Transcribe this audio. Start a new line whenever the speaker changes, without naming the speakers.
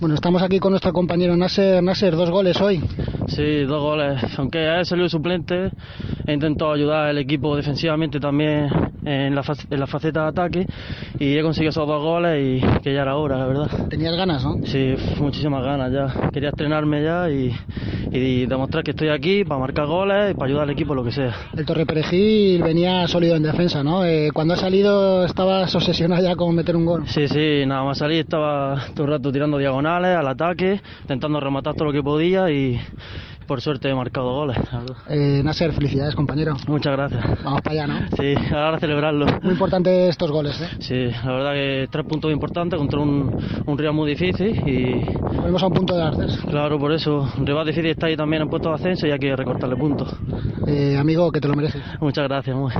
Bueno, estamos aquí con nuestro compañero Nasser. Nasser, dos goles hoy.
Sí, dos goles. Aunque ha salido suplente, he intentado ayudar al equipo defensivamente también en la, en la faceta de ataque y he conseguido esos dos goles y que ya era hora, la verdad.
Tenías ganas, ¿no?
Sí, muchísimas ganas ya. Quería estrenarme ya y, y demostrar que estoy aquí para marcar goles y para ayudar al equipo, lo que sea.
El Torre Perejil venía sólido en defensa, ¿no? Eh, cuando ha salido estabas obsesionado ya con meter un gol.
Sí, sí, nada más salí estaba todo el rato tirando diagonales al ataque, intentando rematar todo lo que podía y por suerte he marcado goles.
Eh, Nasser, felicidades, compañero.
Muchas gracias.
Vamos para allá, ¿no?
Sí, ahora a celebrarlo.
Muy importante estos goles, ¿eh?
Sí, la verdad que tres puntos importantes contra un, un rival muy difícil y...
Volvemos a un punto de ascenso.
Claro, por eso. Un rival difícil está ahí también en puesto de ascenso y hay que recortarle puntos.
Eh, amigo, que te lo mereces.
Muchas gracias, muy.